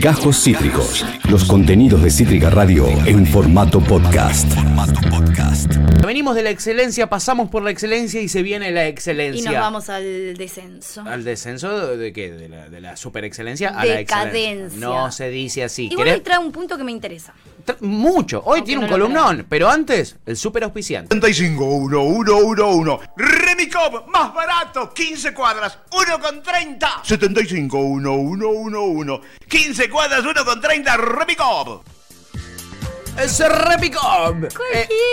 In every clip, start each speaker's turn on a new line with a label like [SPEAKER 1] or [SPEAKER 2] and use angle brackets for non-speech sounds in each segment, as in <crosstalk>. [SPEAKER 1] Gajos Cítricos. Los contenidos de Cítrica Radio en formato podcast.
[SPEAKER 2] Venimos de la excelencia, pasamos por la excelencia y se viene la excelencia.
[SPEAKER 3] Y nos vamos al descenso.
[SPEAKER 2] ¿Al descenso de qué? ¿De la, de la superexcelencia a la excelencia?
[SPEAKER 3] Decadencia.
[SPEAKER 2] No se dice así.
[SPEAKER 3] Igual
[SPEAKER 2] ¿Querés?
[SPEAKER 3] hoy trae un punto que me interesa.
[SPEAKER 2] Tra- Mucho. Hoy
[SPEAKER 3] Aunque
[SPEAKER 2] tiene un
[SPEAKER 3] no lo
[SPEAKER 2] columnón, pero antes, el super auspiciante.
[SPEAKER 4] 35 1 Remicop, más barato, 15 cuadras, 1 con 30. 75 1 15 cuadras, 1 con 30, Remicop.
[SPEAKER 2] Es Repicom. Eh,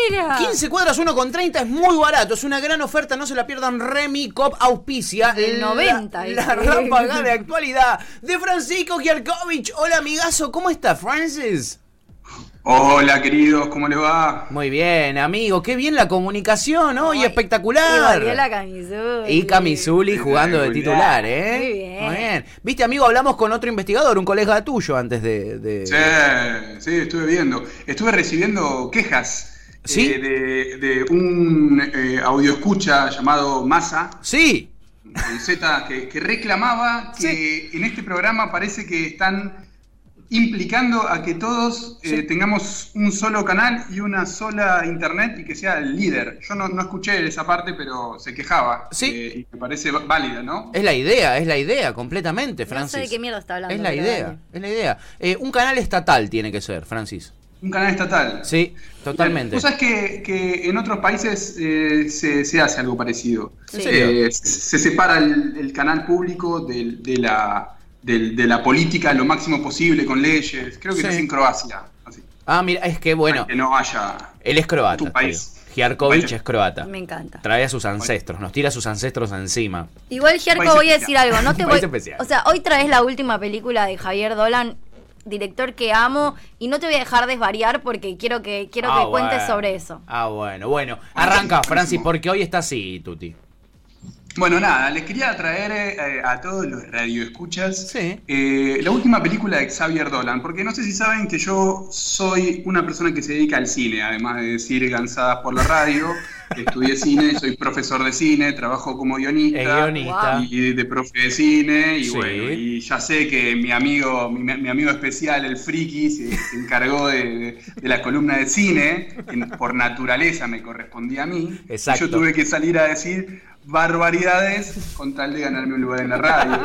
[SPEAKER 3] Cualquiera.
[SPEAKER 2] 15 cuadras, 1 con 30 es muy barato, es una gran oferta, no se la pierdan. Remy Cop auspicia
[SPEAKER 3] Del
[SPEAKER 2] la-
[SPEAKER 3] 90,
[SPEAKER 2] La,
[SPEAKER 3] eh.
[SPEAKER 2] ráfaga de actualidad de Francisco Giarkovich. Hola, amigazo, ¿cómo está, Francis?
[SPEAKER 5] Hola queridos, ¿cómo les va?
[SPEAKER 2] Muy bien, amigo, qué bien la comunicación hoy,
[SPEAKER 3] Ay,
[SPEAKER 2] espectacular.
[SPEAKER 3] Y volvió la camisula.
[SPEAKER 2] Y Camisuli jugando de titular, ¿eh?
[SPEAKER 3] Muy bien.
[SPEAKER 2] Muy bien. Viste, amigo, hablamos con otro investigador, un colega tuyo antes de... de-
[SPEAKER 5] Sí, sí, estuve viendo. Estuve recibiendo quejas
[SPEAKER 2] ¿Sí?
[SPEAKER 5] eh, de, de un eh, audio escucha llamado Massa,
[SPEAKER 2] Sí.
[SPEAKER 5] con Z, que, que reclamaba que en este programa parece que están implicando a que todos eh, tengamos un solo canal y una sola internet y que sea el líder. Yo no, no escuché esa parte, pero se quejaba.
[SPEAKER 2] Sí. Eh.
[SPEAKER 5] eh, y me parece va- válida, ¿no?
[SPEAKER 2] Es la idea, es la idea, completamente,
[SPEAKER 3] No
[SPEAKER 2] Francis.
[SPEAKER 3] sé de qué mierda está hablando.
[SPEAKER 2] es la
[SPEAKER 3] pero
[SPEAKER 2] idea,
[SPEAKER 3] dale.
[SPEAKER 2] es la idea. Eh, un canal estatal tiene que ser, Francis.
[SPEAKER 5] Un canal estatal.
[SPEAKER 2] Sí, totalmente.
[SPEAKER 5] Tú sabes que, que en otros países eh, se, se hace algo parecido.
[SPEAKER 3] Sí.
[SPEAKER 2] ¿En serio?
[SPEAKER 5] Eh, se- se separa el, el canal público del- de, la, del- de la política lo máximo posible con leyes. Creo que
[SPEAKER 2] Sí.
[SPEAKER 5] se hace en Croacia. Así,
[SPEAKER 2] Ah, mira, es que bueno,
[SPEAKER 5] para que no haya.
[SPEAKER 2] él es croata.
[SPEAKER 5] Tu país.
[SPEAKER 2] creo. Giarkovich
[SPEAKER 5] Bueno.
[SPEAKER 2] es croata.
[SPEAKER 3] Me encanta.
[SPEAKER 2] Trae a sus ancestros, nos tira a sus ancestros encima.
[SPEAKER 3] Igual, Jerko,
[SPEAKER 5] País
[SPEAKER 3] voy a
[SPEAKER 5] especial.
[SPEAKER 3] decir algo. No te
[SPEAKER 2] País
[SPEAKER 3] voy...
[SPEAKER 2] especial.
[SPEAKER 3] O sea, hoy traes la última película de Javier Dolan, director que amo, y no te voy a dejar desvariar porque quiero que, quiero
[SPEAKER 2] Ah,
[SPEAKER 3] que cuentes
[SPEAKER 2] bueno.
[SPEAKER 3] sobre eso.
[SPEAKER 2] Ah, bueno, bueno. Arranca, Francis, porque hoy está así, Tuti.
[SPEAKER 5] Bueno, nada, les quería traer eh, a todos los radioescuchas
[SPEAKER 2] Sí.
[SPEAKER 5] eh, la última película de Xavier Dolan, porque no sé si saben que yo soy una persona que se dedica al cine, además de decir gansadas por la
[SPEAKER 2] <laughs>
[SPEAKER 5] radio, estudié cine, soy profesor de cine, trabajo como guionista.
[SPEAKER 2] Es guionista.
[SPEAKER 3] Wow.
[SPEAKER 5] Y de profe de cine, y
[SPEAKER 2] Sí.
[SPEAKER 5] bueno, y ya sé que mi amigo, mi, mi amigo especial, el Friki, se, se encargó de, de- de la columna de cine, que por naturaleza me correspondía a mí.
[SPEAKER 2] Exacto.
[SPEAKER 5] Yo tuve que salir a decir barbaridades con tal de ganarme un lugar en
[SPEAKER 2] <laughs>
[SPEAKER 5] la radio.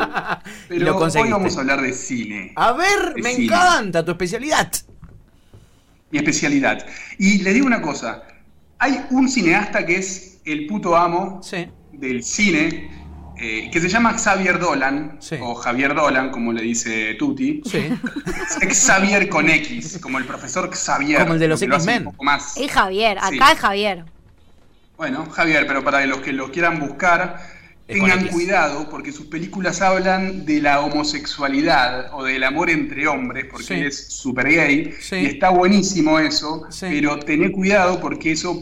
[SPEAKER 2] Y lo
[SPEAKER 5] Pero hoy
[SPEAKER 2] conseguiste.
[SPEAKER 5] vamos a hablar de cine.
[SPEAKER 2] A ver, me
[SPEAKER 5] Sí.
[SPEAKER 2] encanta tu especialidad.
[SPEAKER 5] mi especialidad. Y les digo una cosa, hay un cineasta que es el puto amo
[SPEAKER 2] Sí.
[SPEAKER 5] del cine, eh, que se llama Xavier Dolan,
[SPEAKER 2] Sí.
[SPEAKER 5] o Javier Dolan, como le dice Tuti.
[SPEAKER 2] Sí.
[SPEAKER 5] <laughs> Es Xavier con X, como el profesor Xavier.
[SPEAKER 2] Como el de los
[SPEAKER 5] lo que lo hace
[SPEAKER 2] X-Men.
[SPEAKER 5] un poco más.
[SPEAKER 3] Es Javier,
[SPEAKER 5] Sí.
[SPEAKER 3] acá es Javier.
[SPEAKER 5] Bueno, Javier, pero para los que lo quieran buscar,
[SPEAKER 2] Es con
[SPEAKER 5] tengan
[SPEAKER 2] X.
[SPEAKER 5] cuidado porque sus películas hablan de la homosexualidad o del amor entre hombres, porque
[SPEAKER 2] Sí.
[SPEAKER 5] él es super gay
[SPEAKER 2] Sí.
[SPEAKER 5] y está buenísimo eso,
[SPEAKER 2] Sí.
[SPEAKER 5] pero tené cuidado porque eso,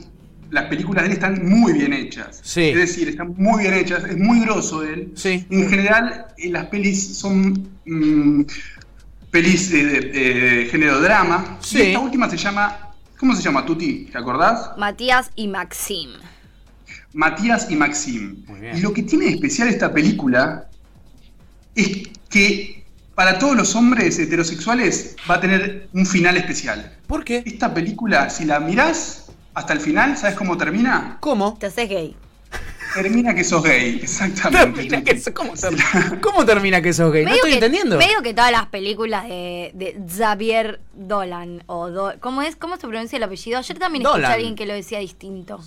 [SPEAKER 5] las películas de él están muy bien hechas.
[SPEAKER 2] Sí.
[SPEAKER 5] Es decir, están muy bien hechas, es muy groso él.
[SPEAKER 2] Sí.
[SPEAKER 5] En general, eh, las pelis son mm, pelis de, de- de género drama.
[SPEAKER 2] Sí.
[SPEAKER 5] Y esta última se llama, ¿cómo se llama? Tuti, ¿te acordás?
[SPEAKER 3] Matías y Maxim.
[SPEAKER 5] Matías y Maxim.
[SPEAKER 2] Muy bien.
[SPEAKER 5] Y lo que tiene de especial esta película es que para todos los hombres heterosexuales va a tener un final especial.
[SPEAKER 2] <laughs> ¿Por qué?
[SPEAKER 5] Esta película, si la mirás hasta el final, ¿sabes cómo termina?
[SPEAKER 2] ¿Cómo?
[SPEAKER 3] Te haces gay.
[SPEAKER 5] Termina que sos gay, <laughs> exactamente.
[SPEAKER 2] Termina que so- ¿Cómo, ter- cómo termina que sos gay? No
[SPEAKER 3] Medio
[SPEAKER 2] estoy
[SPEAKER 3] que-
[SPEAKER 2] entendiendo.
[SPEAKER 3] Medio que todas las películas de, de Xavier Dolan o Do- ¿cómo es? ¿Cómo se pronuncia el apellido? Ayer también escuché
[SPEAKER 2] Dolan.
[SPEAKER 3] a alguien que lo decía distinto.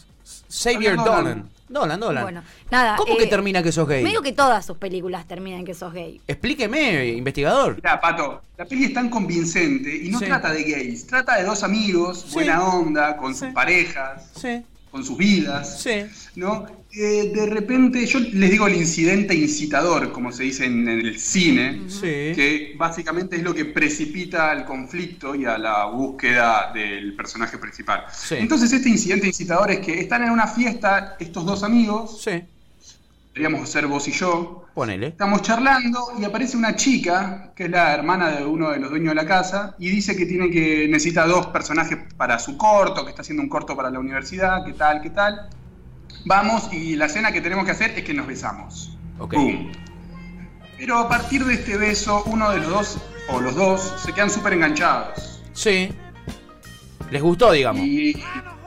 [SPEAKER 2] Xavier
[SPEAKER 5] Dolan.
[SPEAKER 2] Dolan. Dolan, Dolan.
[SPEAKER 3] Bueno, nada.
[SPEAKER 2] ¿Cómo que
[SPEAKER 3] eh,
[SPEAKER 2] termina que sos gay?
[SPEAKER 3] Medio que todas sus películas terminan que sos gay.
[SPEAKER 2] Explíqueme, investigador.
[SPEAKER 5] <laughs> Mirá, Pato, la peli es tan convincente y no
[SPEAKER 2] Sí.
[SPEAKER 5] trata de gays, trata de dos amigos,
[SPEAKER 2] Sí.
[SPEAKER 5] buena onda, con
[SPEAKER 2] Sí.
[SPEAKER 5] sus parejas,
[SPEAKER 2] Sí,
[SPEAKER 5] con sus vidas.
[SPEAKER 2] sí.
[SPEAKER 5] ¿no? Eh, de repente, yo les digo el incidente incitador, como se dice en, en el cine,
[SPEAKER 2] Sí.
[SPEAKER 5] que básicamente es lo que precipita al conflicto y a la búsqueda del personaje principal.
[SPEAKER 2] Sí.
[SPEAKER 5] Entonces, este incidente incitador es que están en una fiesta estos dos amigos,
[SPEAKER 2] Sí.
[SPEAKER 5] podríamos ser vos y yo,
[SPEAKER 2] Ponele.
[SPEAKER 5] estamos charlando y aparece una chica, que es la hermana de uno de los dueños de la casa, y dice que tiene que necesita dos personajes para su corto, que está haciendo un corto para la universidad, qué tal, qué tal. Vamos y la escena que tenemos que hacer es que nos besamos.
[SPEAKER 2] Ok.
[SPEAKER 5] Boom. Pero a partir de este beso, uno de los dos, o los dos, se quedan súper enganchados.
[SPEAKER 2] Sí. Les gustó, digamos.
[SPEAKER 5] Y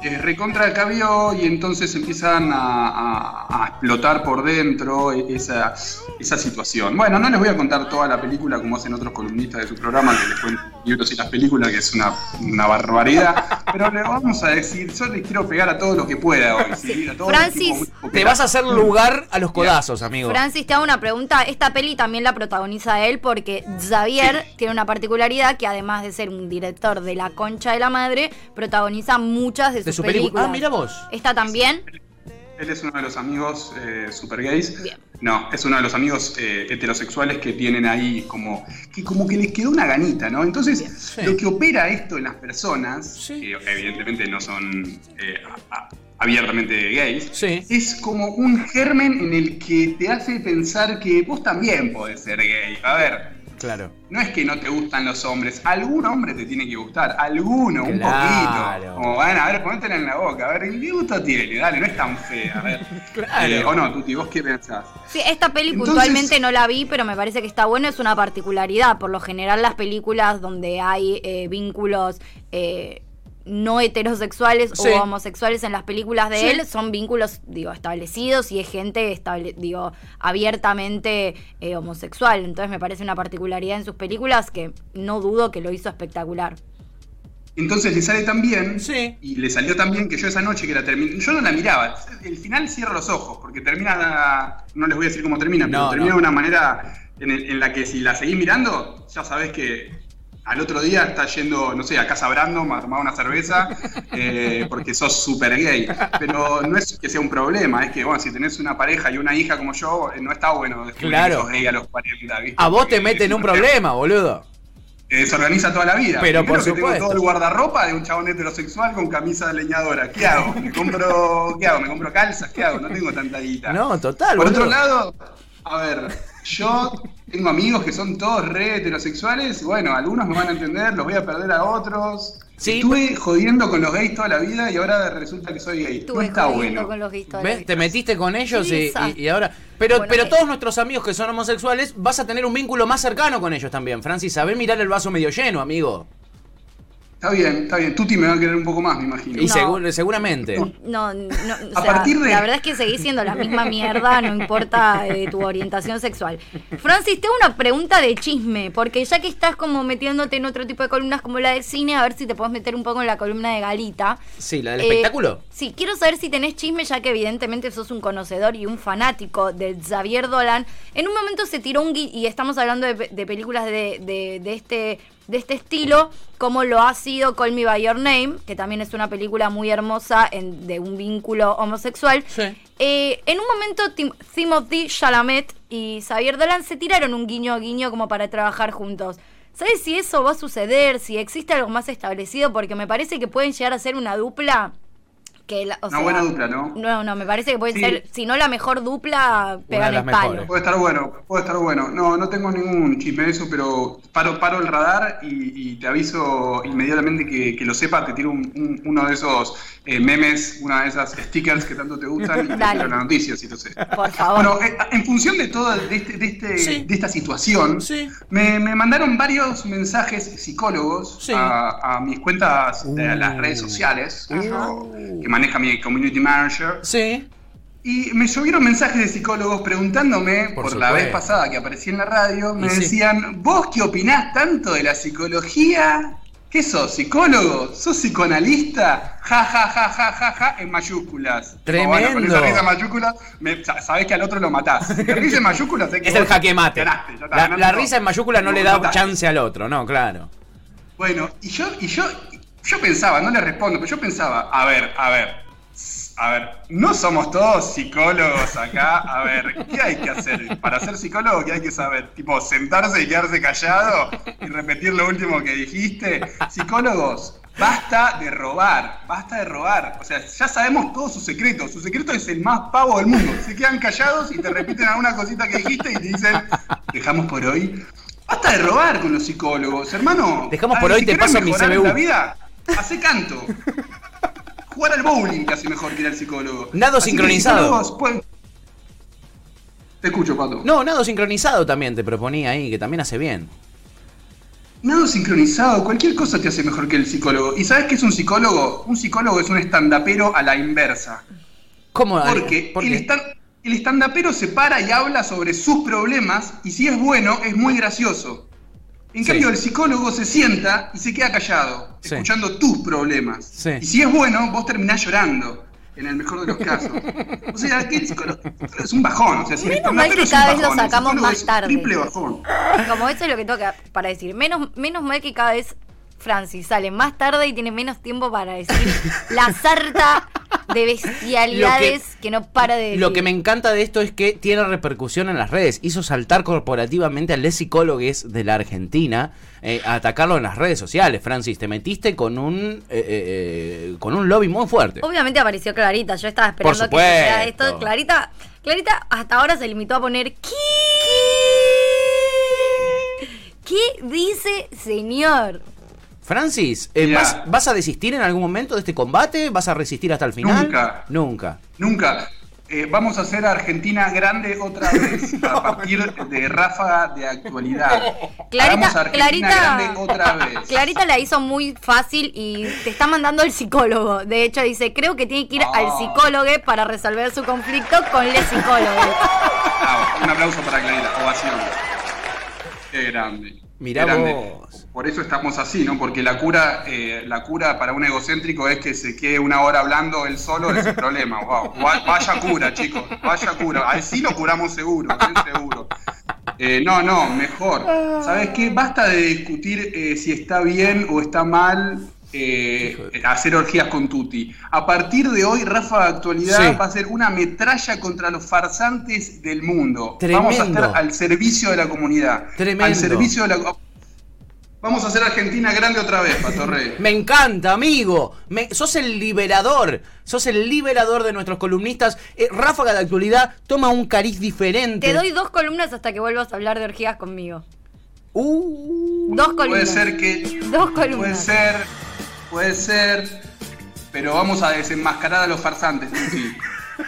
[SPEAKER 5] eh, recontra el cabello y entonces empiezan a, a- a explotar por dentro e- esa, esa situación. Bueno, no les voy a contar toda la película como hacen otros columnistas de su programa, que les cuentan libros y las películas, que es una, una barbaridad, pero le vamos a decir, yo les quiero pegar a todo lo que pueda hoy. si bien a todos los
[SPEAKER 3] Francis,
[SPEAKER 5] tipos muy
[SPEAKER 2] Te vas a hacer lugar a los codazos, amigo.
[SPEAKER 3] Francis, te hago una pregunta. Esta peli también la protagoniza él porque Xavier tiene una particularidad que además de ser un director de la concha de la madre, protagoniza muchas de sus
[SPEAKER 2] De su película.
[SPEAKER 3] películas.
[SPEAKER 2] Ah, mira vos.
[SPEAKER 3] Esta también.
[SPEAKER 5] Él es uno de los amigos eh, super gays.
[SPEAKER 3] Bien.
[SPEAKER 5] No, es uno de los amigos eh, heterosexuales que tienen ahí como que como que les quedó una ganita, ¿no? Entonces,
[SPEAKER 2] Sí.
[SPEAKER 5] lo que opera esto en las personas,
[SPEAKER 2] Sí.
[SPEAKER 5] que evidentemente no son eh, a- a- abiertamente gays,
[SPEAKER 2] Sí.
[SPEAKER 5] es como un germen en el que te hace pensar que vos también podés ser gay. A ver,
[SPEAKER 2] Claro.
[SPEAKER 5] no es que no te gustan los hombres, algún hombre te tiene que gustar, alguno, un
[SPEAKER 2] Claro.
[SPEAKER 5] poquito. Como, bueno, a ver, ponétela en la boca, a ver, ¿qué gusto tiene? Dale, no es tan fea, a ver.
[SPEAKER 2] <laughs> Claro.
[SPEAKER 5] Eh, o no, Tuti, ¿vos qué pensás?
[SPEAKER 3] Sí, esta peli
[SPEAKER 5] Entonces-
[SPEAKER 3] puntualmente no la vi, pero me parece que está bueno. Es una particularidad. Por lo general, las películas donde hay eh, vínculos eh, no heterosexuales
[SPEAKER 2] Sí.
[SPEAKER 3] o homosexuales en las películas de
[SPEAKER 2] Sí.
[SPEAKER 3] él son vínculos, digo, establecidos y es gente, estable- digo, abiertamente eh, homosexual. Entonces me parece una particularidad en sus películas que no dudo que lo hizo espectacular.
[SPEAKER 5] Entonces le sale tan bien,
[SPEAKER 2] Sí.
[SPEAKER 5] y le salió tan bien que yo esa noche que la terminé, yo no la miraba, el final cierro los ojos, porque termina, la- no les voy a decir cómo termina,
[SPEAKER 2] No,
[SPEAKER 5] pero termina
[SPEAKER 2] no.
[SPEAKER 5] de una manera en, el- en la que si la seguís mirando, ya sabés que al otro día estás yendo, no sé, a casa Brandon a tomar una cerveza, <laughs> eh, porque sos súper gay. Pero no es que sea un problema, es que, bueno, si tenés una pareja y una hija como yo, eh, no está bueno descubrir
[SPEAKER 2] Claro.
[SPEAKER 5] que sos gay a los 40, ¿viste?
[SPEAKER 2] A vos te
[SPEAKER 5] Porque
[SPEAKER 2] meten
[SPEAKER 5] es
[SPEAKER 2] en un problema, boludo.
[SPEAKER 5] te desorganiza eh, toda la vida.
[SPEAKER 2] Pero, por
[SPEAKER 5] Primero que
[SPEAKER 2] supuesto.
[SPEAKER 5] Tengo todo el guardarropa de un chabón heterosexual con camisa de leñadora. ¿Qué hago? ¿Me compro, ¿qué hago? ¿Me compro calzas? ¿Qué hago? No tengo tanta guita.
[SPEAKER 2] No, total,
[SPEAKER 5] Por
[SPEAKER 2] boludo.
[SPEAKER 5] otro lado, a ver, yo tengo amigos que son todos re heterosexuales. Bueno, algunos me van a entender, los voy a perder a otros.
[SPEAKER 2] Sí.
[SPEAKER 5] Estuve jodiendo con los gays toda la vida y ahora resulta que soy gay.
[SPEAKER 3] Estuve
[SPEAKER 5] no está
[SPEAKER 3] jodiendo
[SPEAKER 5] bueno.
[SPEAKER 3] con los vistos.
[SPEAKER 2] ¿Ves? Te metiste con ellos
[SPEAKER 3] Qué
[SPEAKER 2] y- y,
[SPEAKER 3] desastre.
[SPEAKER 2] y ahora. Pero,
[SPEAKER 3] Bueno,
[SPEAKER 2] pero
[SPEAKER 3] eh.
[SPEAKER 2] todos nuestros amigos que son homosexuales, vas a tener un vínculo más cercano con ellos también, Francis. Sabés mirar el vaso medio lleno, amigo.
[SPEAKER 5] Está bien, está bien. Tuti me va a querer un poco más, me imagino.
[SPEAKER 2] Y
[SPEAKER 3] No.
[SPEAKER 2] segu- seguramente.
[SPEAKER 3] No, no, o
[SPEAKER 5] A
[SPEAKER 3] sea,
[SPEAKER 5] partir de-
[SPEAKER 3] la verdad es que seguís siendo la misma mierda, no importa eh, tu orientación sexual. Francis, tengo una pregunta de chisme, porque ya que estás como metiéndote en otro tipo de columnas como la de cine, a ver si te puedes meter un poco en la columna de Galita.
[SPEAKER 2] Sí, la del
[SPEAKER 3] Eh,
[SPEAKER 2] espectáculo.
[SPEAKER 3] Sí, quiero saber si tenés chisme, ya que evidentemente sos un conocedor y un fanático del Xavier Dolan. En un momento se tiró un gui- y estamos hablando de, pe- de películas de, de- de este, de este estilo, como lo ha sido Call Me By Your Name, que también es una película muy hermosa en- de un vínculo homosexual.
[SPEAKER 2] Sí.
[SPEAKER 3] Eh, en un momento Tim- Timothy Chalamet y Xavier Dolan se tiraron un guiño a guiño como para trabajar juntos. ¿Sabes si eso va a suceder? Si existe algo más establecido, porque me parece que pueden llegar a ser una dupla que la- o
[SPEAKER 5] Una
[SPEAKER 3] sea,
[SPEAKER 5] buena dupla, ¿no?
[SPEAKER 3] No, no, me parece que pueden
[SPEAKER 5] Sí.
[SPEAKER 3] ser, si no la mejor dupla, pegan
[SPEAKER 2] las
[SPEAKER 3] el palo.
[SPEAKER 2] mejores.
[SPEAKER 5] Puede estar bueno, puede estar bueno. No, no tengo ningún chisme de eso, pero paro, paro el radar y, y te aviso inmediatamente que, que lo sepa, te tiro un- un- uno de esos eh, memes, una de esas stickers que tanto
[SPEAKER 2] <laughs>
[SPEAKER 5] te gustan y te
[SPEAKER 3] Dale.
[SPEAKER 5] tiro la noticia, si lo sé.
[SPEAKER 3] Por favor.
[SPEAKER 5] Bueno, eh, en función de todo, de, este- de este-
[SPEAKER 2] Sí.
[SPEAKER 5] de esta situación,
[SPEAKER 2] Sí.
[SPEAKER 5] me, me mandaron varios mensajes psicólogos
[SPEAKER 2] Sí.
[SPEAKER 5] a, a mis cuentas de las redes sociales, que, yo- que maneja mi community manager.
[SPEAKER 2] Sí.
[SPEAKER 5] Y me llovieron mensajes de psicólogos preguntándome,
[SPEAKER 2] Por
[SPEAKER 5] por, la vez
[SPEAKER 2] supuesto.
[SPEAKER 5] pasada que aparecí en la radio, me
[SPEAKER 2] Y sí.
[SPEAKER 5] decían, ¿vos qué opinás tanto de la psicología? ¿Qué sos, psicólogo? ¿Sos psicoanalista? Ja, ja, ja, ja, ja, ja, en mayúsculas.
[SPEAKER 2] Tremendo.
[SPEAKER 5] Bueno, con esa risa en mayúsculas, me- sa- sabés que al otro
[SPEAKER 2] <laughs>
[SPEAKER 5] lo matás. Si te risa en mayúsculas, sé que
[SPEAKER 2] Es el
[SPEAKER 5] vos
[SPEAKER 2] jaque mate.
[SPEAKER 5] ganaste, ya está,
[SPEAKER 2] La,
[SPEAKER 5] ganaste
[SPEAKER 2] la
[SPEAKER 5] todo.
[SPEAKER 2] risa en mayúscula no
[SPEAKER 5] Vos
[SPEAKER 2] le da
[SPEAKER 5] mataste.
[SPEAKER 2] chance al otro, no, claro.
[SPEAKER 5] Bueno, y yo, y yo, yo pensaba, no le respondo, pero yo pensaba, a ver, a ver, a ver, no somos todos psicólogos acá, a ver, ¿qué hay que hacer? Para ser psicólogo, ¿qué hay que saber? Tipo, sentarse y quedarse callado y repetir lo último que dijiste. Psicólogos, basta de robar, basta de robar. O sea, ya sabemos todos sus secretos, su secreto es el más pavo del mundo. Se quedan callados y te repiten alguna cosita que dijiste y te dicen, dejamos por hoy. Basta de robar con los psicólogos, hermano.
[SPEAKER 2] Dejamos
[SPEAKER 5] Ah,
[SPEAKER 2] por hoy, te
[SPEAKER 5] querés
[SPEAKER 2] paso mi
[SPEAKER 5] mejorar en
[SPEAKER 2] CBU.
[SPEAKER 5] la vida, hace canto. <laughs> Jugar al bowling casi mejor que ir al psicólogo.
[SPEAKER 2] Nado
[SPEAKER 5] Así que
[SPEAKER 2] sincronizado.
[SPEAKER 5] los psicólogos pueden- Te escucho, Pato.
[SPEAKER 2] No, nado sincronizado también te proponía ahí, que también hace bien.
[SPEAKER 5] Nado sincronizado, cualquier cosa te hace mejor que el psicólogo. ¿Y sabes qué es un psicólogo? Un psicólogo es un estandapero a la inversa.
[SPEAKER 2] ¿Cómo?
[SPEAKER 5] Porque
[SPEAKER 2] ¿Por
[SPEAKER 5] el,
[SPEAKER 2] qué?
[SPEAKER 5] stand- el estandapero se para y habla sobre sus problemas y si es bueno es muy gracioso. En
[SPEAKER 2] Sí.
[SPEAKER 5] cambio, el psicólogo se sienta y se queda callado,
[SPEAKER 2] Sí.
[SPEAKER 5] escuchando tus problemas.
[SPEAKER 2] Sí.
[SPEAKER 5] Y si es bueno, vos terminás llorando, en el mejor de los casos. o sea, aquel psicólogo es un bajón. O sea, si el
[SPEAKER 3] Menos mal
[SPEAKER 5] estandapero
[SPEAKER 3] que
[SPEAKER 5] es un
[SPEAKER 3] cada vez lo
[SPEAKER 5] bajón, el
[SPEAKER 3] sacamos
[SPEAKER 5] psicólogo
[SPEAKER 3] más
[SPEAKER 5] es
[SPEAKER 3] tarde.
[SPEAKER 5] Triple bajón.
[SPEAKER 3] Como eso es lo que tengo que- para decir. Menos, menos mal que cada vez Francis sale más tarde y tiene menos tiempo para decir
[SPEAKER 2] <laughs>
[SPEAKER 3] la sarta de bestialidades
[SPEAKER 2] Lo
[SPEAKER 3] que, no para de decir.
[SPEAKER 2] Lo que me encanta de esto es que tiene repercusión en las redes. Hizo saltar corporativamente al psicólogo de la Argentina eh, a atacarlo en las redes sociales. Francis, te metiste con un eh, eh, eh, con un lobby muy fuerte.
[SPEAKER 3] Obviamente apareció Clarita, yo estaba
[SPEAKER 2] Por
[SPEAKER 3] esperando que suceda
[SPEAKER 2] supuesto.
[SPEAKER 3] esto. Clarita, Clarita hasta ahora se limitó a poner ¿Qué? ¿Qué dice señor?
[SPEAKER 2] Francis, eh,
[SPEAKER 5] Mirá.
[SPEAKER 2] ¿vas, vas a desistir en algún momento de este combate? ¿Vas a resistir hasta el final?
[SPEAKER 5] Nunca.
[SPEAKER 2] Nunca.
[SPEAKER 5] Nunca. Eh, vamos a hacer a Argentina grande otra vez a partir de ráfaga de actualidad.
[SPEAKER 3] Clarita-
[SPEAKER 5] Hagamos a Argentina
[SPEAKER 3] Clarita-
[SPEAKER 5] grande otra vez.
[SPEAKER 3] Clarita la hizo muy fácil y te está mandando al psicólogo. De hecho, dice, creo que tiene que ir
[SPEAKER 5] Ah.
[SPEAKER 3] al psicólogo para resolver su conflicto con el psicólogo.
[SPEAKER 5] <laughs> Ah, un aplauso para Clarita, ovación. Qué grande.
[SPEAKER 2] Mirá
[SPEAKER 5] Qué grande.
[SPEAKER 2] vos.
[SPEAKER 5] Por eso estamos así, ¿no? Porque la cura, eh, la cura para un egocéntrico es que se quede una hora hablando él solo de su problema. Wow. Va- Vaya cura, chicos. Vaya cura. Así lo curamos seguro, bien seguro. Eh, no, no, mejor. ¿Sabes qué? Basta de discutir eh, si está bien o está mal eh, hacer orgías con Tuti. A partir de hoy, Rafa de Actualidad
[SPEAKER 2] Sí.
[SPEAKER 5] va a ser una metralla contra los farsantes del mundo. Vamos
[SPEAKER 2] Tremendo.
[SPEAKER 5] a estar al servicio de la comunidad.
[SPEAKER 2] Tremendo.
[SPEAKER 5] Al servicio de la. Vamos a hacer Argentina grande otra vez, Patorre.
[SPEAKER 2] Me encanta, amigo. Me- sos el liberador. Sos el liberador de nuestros columnistas. Eh, Ráfaga de actualidad toma un cariz diferente.
[SPEAKER 3] Te doy dos columnas hasta que vuelvas a hablar de orgías conmigo.
[SPEAKER 2] Uh,
[SPEAKER 3] Dos columnas.
[SPEAKER 5] Puede ser que.
[SPEAKER 3] Dos columnas.
[SPEAKER 5] Puede ser. Puede ser. Pero vamos a desenmascarar a los farsantes, Tuti.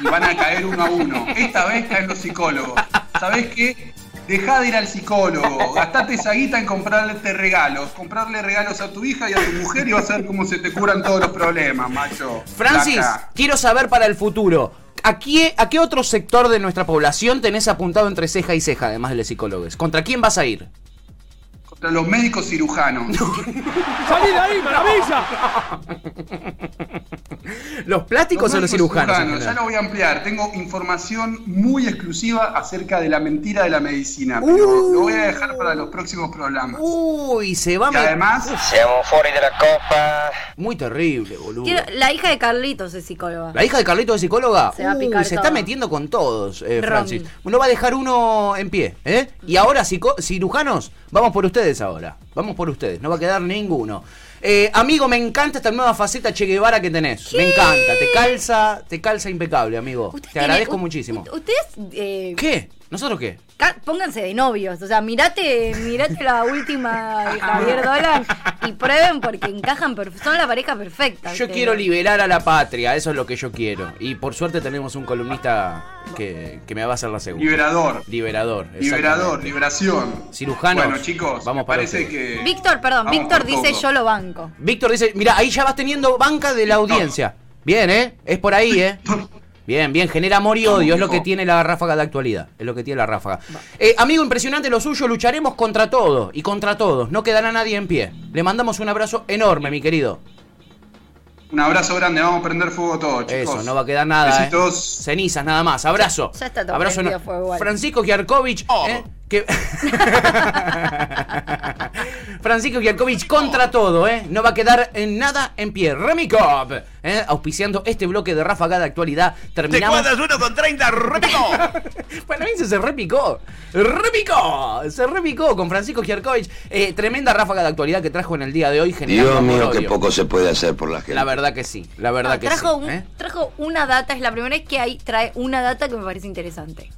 [SPEAKER 5] Y van a caer uno a uno. Esta vez caen los psicólogos. ¿Sabés qué? Dejá de ir al psicólogo. Gastate esa guita en comprarte regalos. Comprarle regalos a tu hija y a tu mujer y vas a ver cómo se te curan todos los problemas, macho.
[SPEAKER 2] Francis,
[SPEAKER 5] Flaca.
[SPEAKER 2] quiero saber para el futuro. ¿A qué, ¿A qué otro sector de nuestra población tenés apuntado entre ceja y ceja, además de los psicólogos? ¿Contra quién vas a ir?
[SPEAKER 5] Contra los médicos cirujanos.
[SPEAKER 2] <laughs> ¿Los plásticos o los
[SPEAKER 5] médicos
[SPEAKER 2] cirujanos? en
[SPEAKER 5] Ya
[SPEAKER 2] general?
[SPEAKER 5] lo voy a ampliar. Tengo información muy exclusiva acerca de la mentira de la medicina.
[SPEAKER 2] Uh.
[SPEAKER 5] Pero lo voy a dejar para los próximos programas.
[SPEAKER 2] Uy, se va a
[SPEAKER 5] Y
[SPEAKER 2] meter-
[SPEAKER 5] además,
[SPEAKER 6] Siamo fuori dalla coppa.
[SPEAKER 2] Muy terrible, boludo.
[SPEAKER 3] Quiero- la hija de Carlitos es psicóloga.
[SPEAKER 2] La hija de Carlito es psicóloga.
[SPEAKER 3] Se va a
[SPEAKER 2] Uy,
[SPEAKER 3] picar
[SPEAKER 2] se
[SPEAKER 3] todo.
[SPEAKER 2] está metiendo con todos, eh,
[SPEAKER 3] Ron.
[SPEAKER 2] Francis. No va a dejar uno en pie, ¿eh? Y ahora, psico- cirujanos, vamos por ustedes ahora. Vamos por ustedes, no va a quedar ninguno. Eh, amigo, me encanta esta nueva faceta Che Guevara que tenés. Me encanta, te calza, te calza impecable, amigo.
[SPEAKER 3] Ustedes
[SPEAKER 2] Te
[SPEAKER 3] tienen-
[SPEAKER 2] agradezco
[SPEAKER 3] u-
[SPEAKER 2] muchísimo.
[SPEAKER 3] u- Ustedes eh,
[SPEAKER 2] ¿Qué? ¿Nosotros qué?
[SPEAKER 3] ca- pónganse de novios. O sea, mirate, mirate la última
[SPEAKER 5] <laughs>
[SPEAKER 3] de Javier Dolan y prueben porque encajan. perf- Son la pareja perfecta.
[SPEAKER 2] Yo
[SPEAKER 3] ustedes.
[SPEAKER 2] quiero liberar a la patria, eso es lo que yo quiero. Y por suerte tenemos un columnista que, que me va a hacer la segunda.
[SPEAKER 5] liberador.
[SPEAKER 2] Liberador.
[SPEAKER 5] Liberador,
[SPEAKER 2] exactamente.
[SPEAKER 5] liberación.
[SPEAKER 2] Cirujanos,
[SPEAKER 5] Bueno, chicos,
[SPEAKER 2] vamos
[SPEAKER 5] me
[SPEAKER 2] para este.
[SPEAKER 5] parece
[SPEAKER 2] ustedes.
[SPEAKER 5] que.
[SPEAKER 3] Víctor, perdón,
[SPEAKER 5] vamos
[SPEAKER 3] Víctor
[SPEAKER 5] por
[SPEAKER 3] dice
[SPEAKER 5] todo.
[SPEAKER 3] yo lo banco.
[SPEAKER 2] Víctor dice, mira, ahí ya vas teniendo banca de la audiencia. Bien, ¿eh? Es por ahí, ¿eh? Bien, bien, genera amor y odio, es lo que tiene la ráfaga de actualidad, es lo que tiene la ráfaga. Eh, amigo, impresionante lo suyo, lucharemos contra todo y contra todos, no quedará nadie en pie. Le mandamos un abrazo enorme, mi querido.
[SPEAKER 5] Un abrazo grande, vamos a prender fuego todo, chicos.
[SPEAKER 2] Eso, no va a quedar nada. ¿eh?
[SPEAKER 5] Besitos.
[SPEAKER 2] Cenizas nada más. Abrazo.
[SPEAKER 3] Ya está todo
[SPEAKER 2] Abrazo
[SPEAKER 3] prendido
[SPEAKER 2] eno-
[SPEAKER 3] fuego igual.
[SPEAKER 2] Francisco Giarkovich. ¿eh? Que- <laughs> Francisco Giarkovich contra todo, ¿eh? No va a quedar en nada en pie. Remy Cobb, ¿eh? auspiciando este bloque de ráfaga de actualidad.
[SPEAKER 4] Te
[SPEAKER 2] Terminamos.
[SPEAKER 4] cuadras uno con 30, repito.
[SPEAKER 2] <laughs> Para mí se, se repicó. Repicó. Se repicó con Francisco Giarkovich. Eh, tremenda ráfaga de actualidad que trajo en el día de hoy. generando
[SPEAKER 7] Dios mío,
[SPEAKER 2] amor,
[SPEAKER 7] qué
[SPEAKER 2] odio.
[SPEAKER 7] poco se puede hacer por la gente.
[SPEAKER 2] La verdad que sí. La verdad
[SPEAKER 3] No,
[SPEAKER 2] que
[SPEAKER 3] Ah, trajo,
[SPEAKER 2] sí.
[SPEAKER 3] un-
[SPEAKER 2] ¿eh?
[SPEAKER 3] trajo una data, es la primera vez que hay, trae una data que me parece interesante.